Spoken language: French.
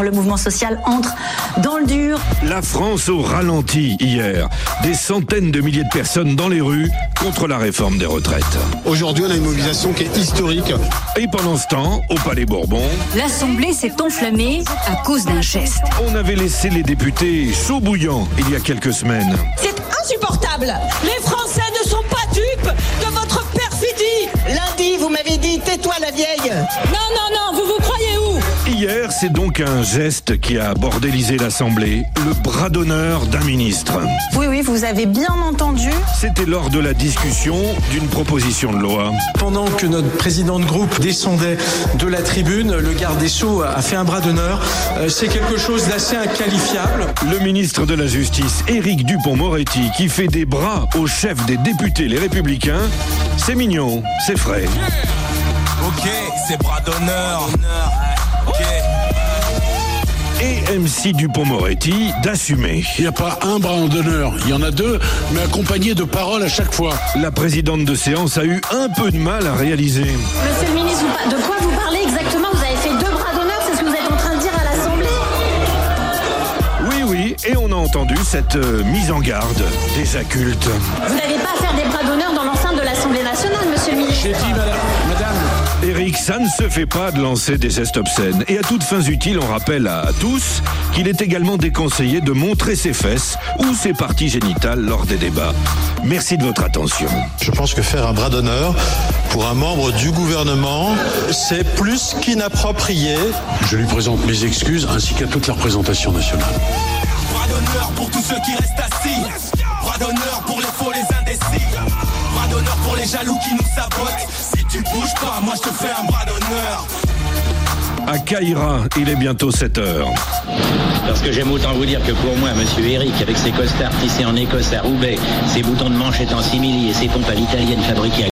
Le mouvement social entre dans le dur. La France au ralenti hier. Des centaines de milliers de personnes dans les rues contre la réforme des retraites. Aujourd'hui, on a une mobilisation qui est historique. Et pendant ce temps, au Palais Bourbon, L'Assemblée s'est enflammée à cause d'un geste. on avait laissé les députés chauds bouillants il y a quelques semaines. C'est insupportable. Les Français ne sont pas dupes de votre perfidie. Lundi, vous m'avez dit tais-toi la Non, vieille. non, non, vous vous croyez où Hier, c'est donc un geste qui a bordélisé l'Assemblée, le bras d'honneur d'un ministre. Oui, oui, vous avez bien entendu. C'était lors de la discussion d'une proposition de loi. Pendant que notre président de groupe descendait de la tribune, le garde des Sceaux a fait un bras d'honneur. Euh, C'est quelque chose d'assez inqualifiable. Le ministre de la Justice, Éric Dupont-Moretti, qui fait des bras au chef des députés les Républicains, c'est mignon, c'est frais. Ok, c'est bras d'honneur. Ok. Et MC Dupont-Moretti d'assumer. Il n'y a pas un bras d'honneur, il y en a deux, mais accompagné de paroles à chaque fois. La présidente de séance a eu un peu de mal à réaliser. Monsieur le ministre, vous par- de quoi vous parlez exactement Vous avez fait deux bras d'honneur, c'est ce que vous êtes en train de dire à l'Assemblée Oui, oui, et on a entendu cette euh, mise en garde des accultes. Vous n'avez pas à faire des bras d'honneur dans l'enceinte de l'Assemblée nationale, monsieur le ministre. J'ai dit, madame, madame, Eric, ça ne se fait pas de lancer des gestes obscènes. Et à toutes fins utiles, on rappelle à tous qu'il est également déconseillé de montrer ses fesses ou ses parties génitales lors des débats. Merci de votre attention. Je pense que faire un bras d'honneur pour un membre du gouvernement, c'est plus qu'inapproprié. je lui présente mes excuses ainsi qu'à toute la représentation nationale. Bras d'honneur pour tous ceux qui restent assis. Bras d'honneur pour les faux, les indécis. Bras d'honneur pour les jaloux qui nous sabotent. Si tu bouges pas, moi je te fais un bras d'honneur. À Caïra, il est bientôt 7 heures. Parce que j'aime autant vous dire que pour moi, Monsieur Eric, avec ses costards tissés en Écosse à Roubaix, ses boutons de manche étant simili et ses pompes à l'italienne fabriquées à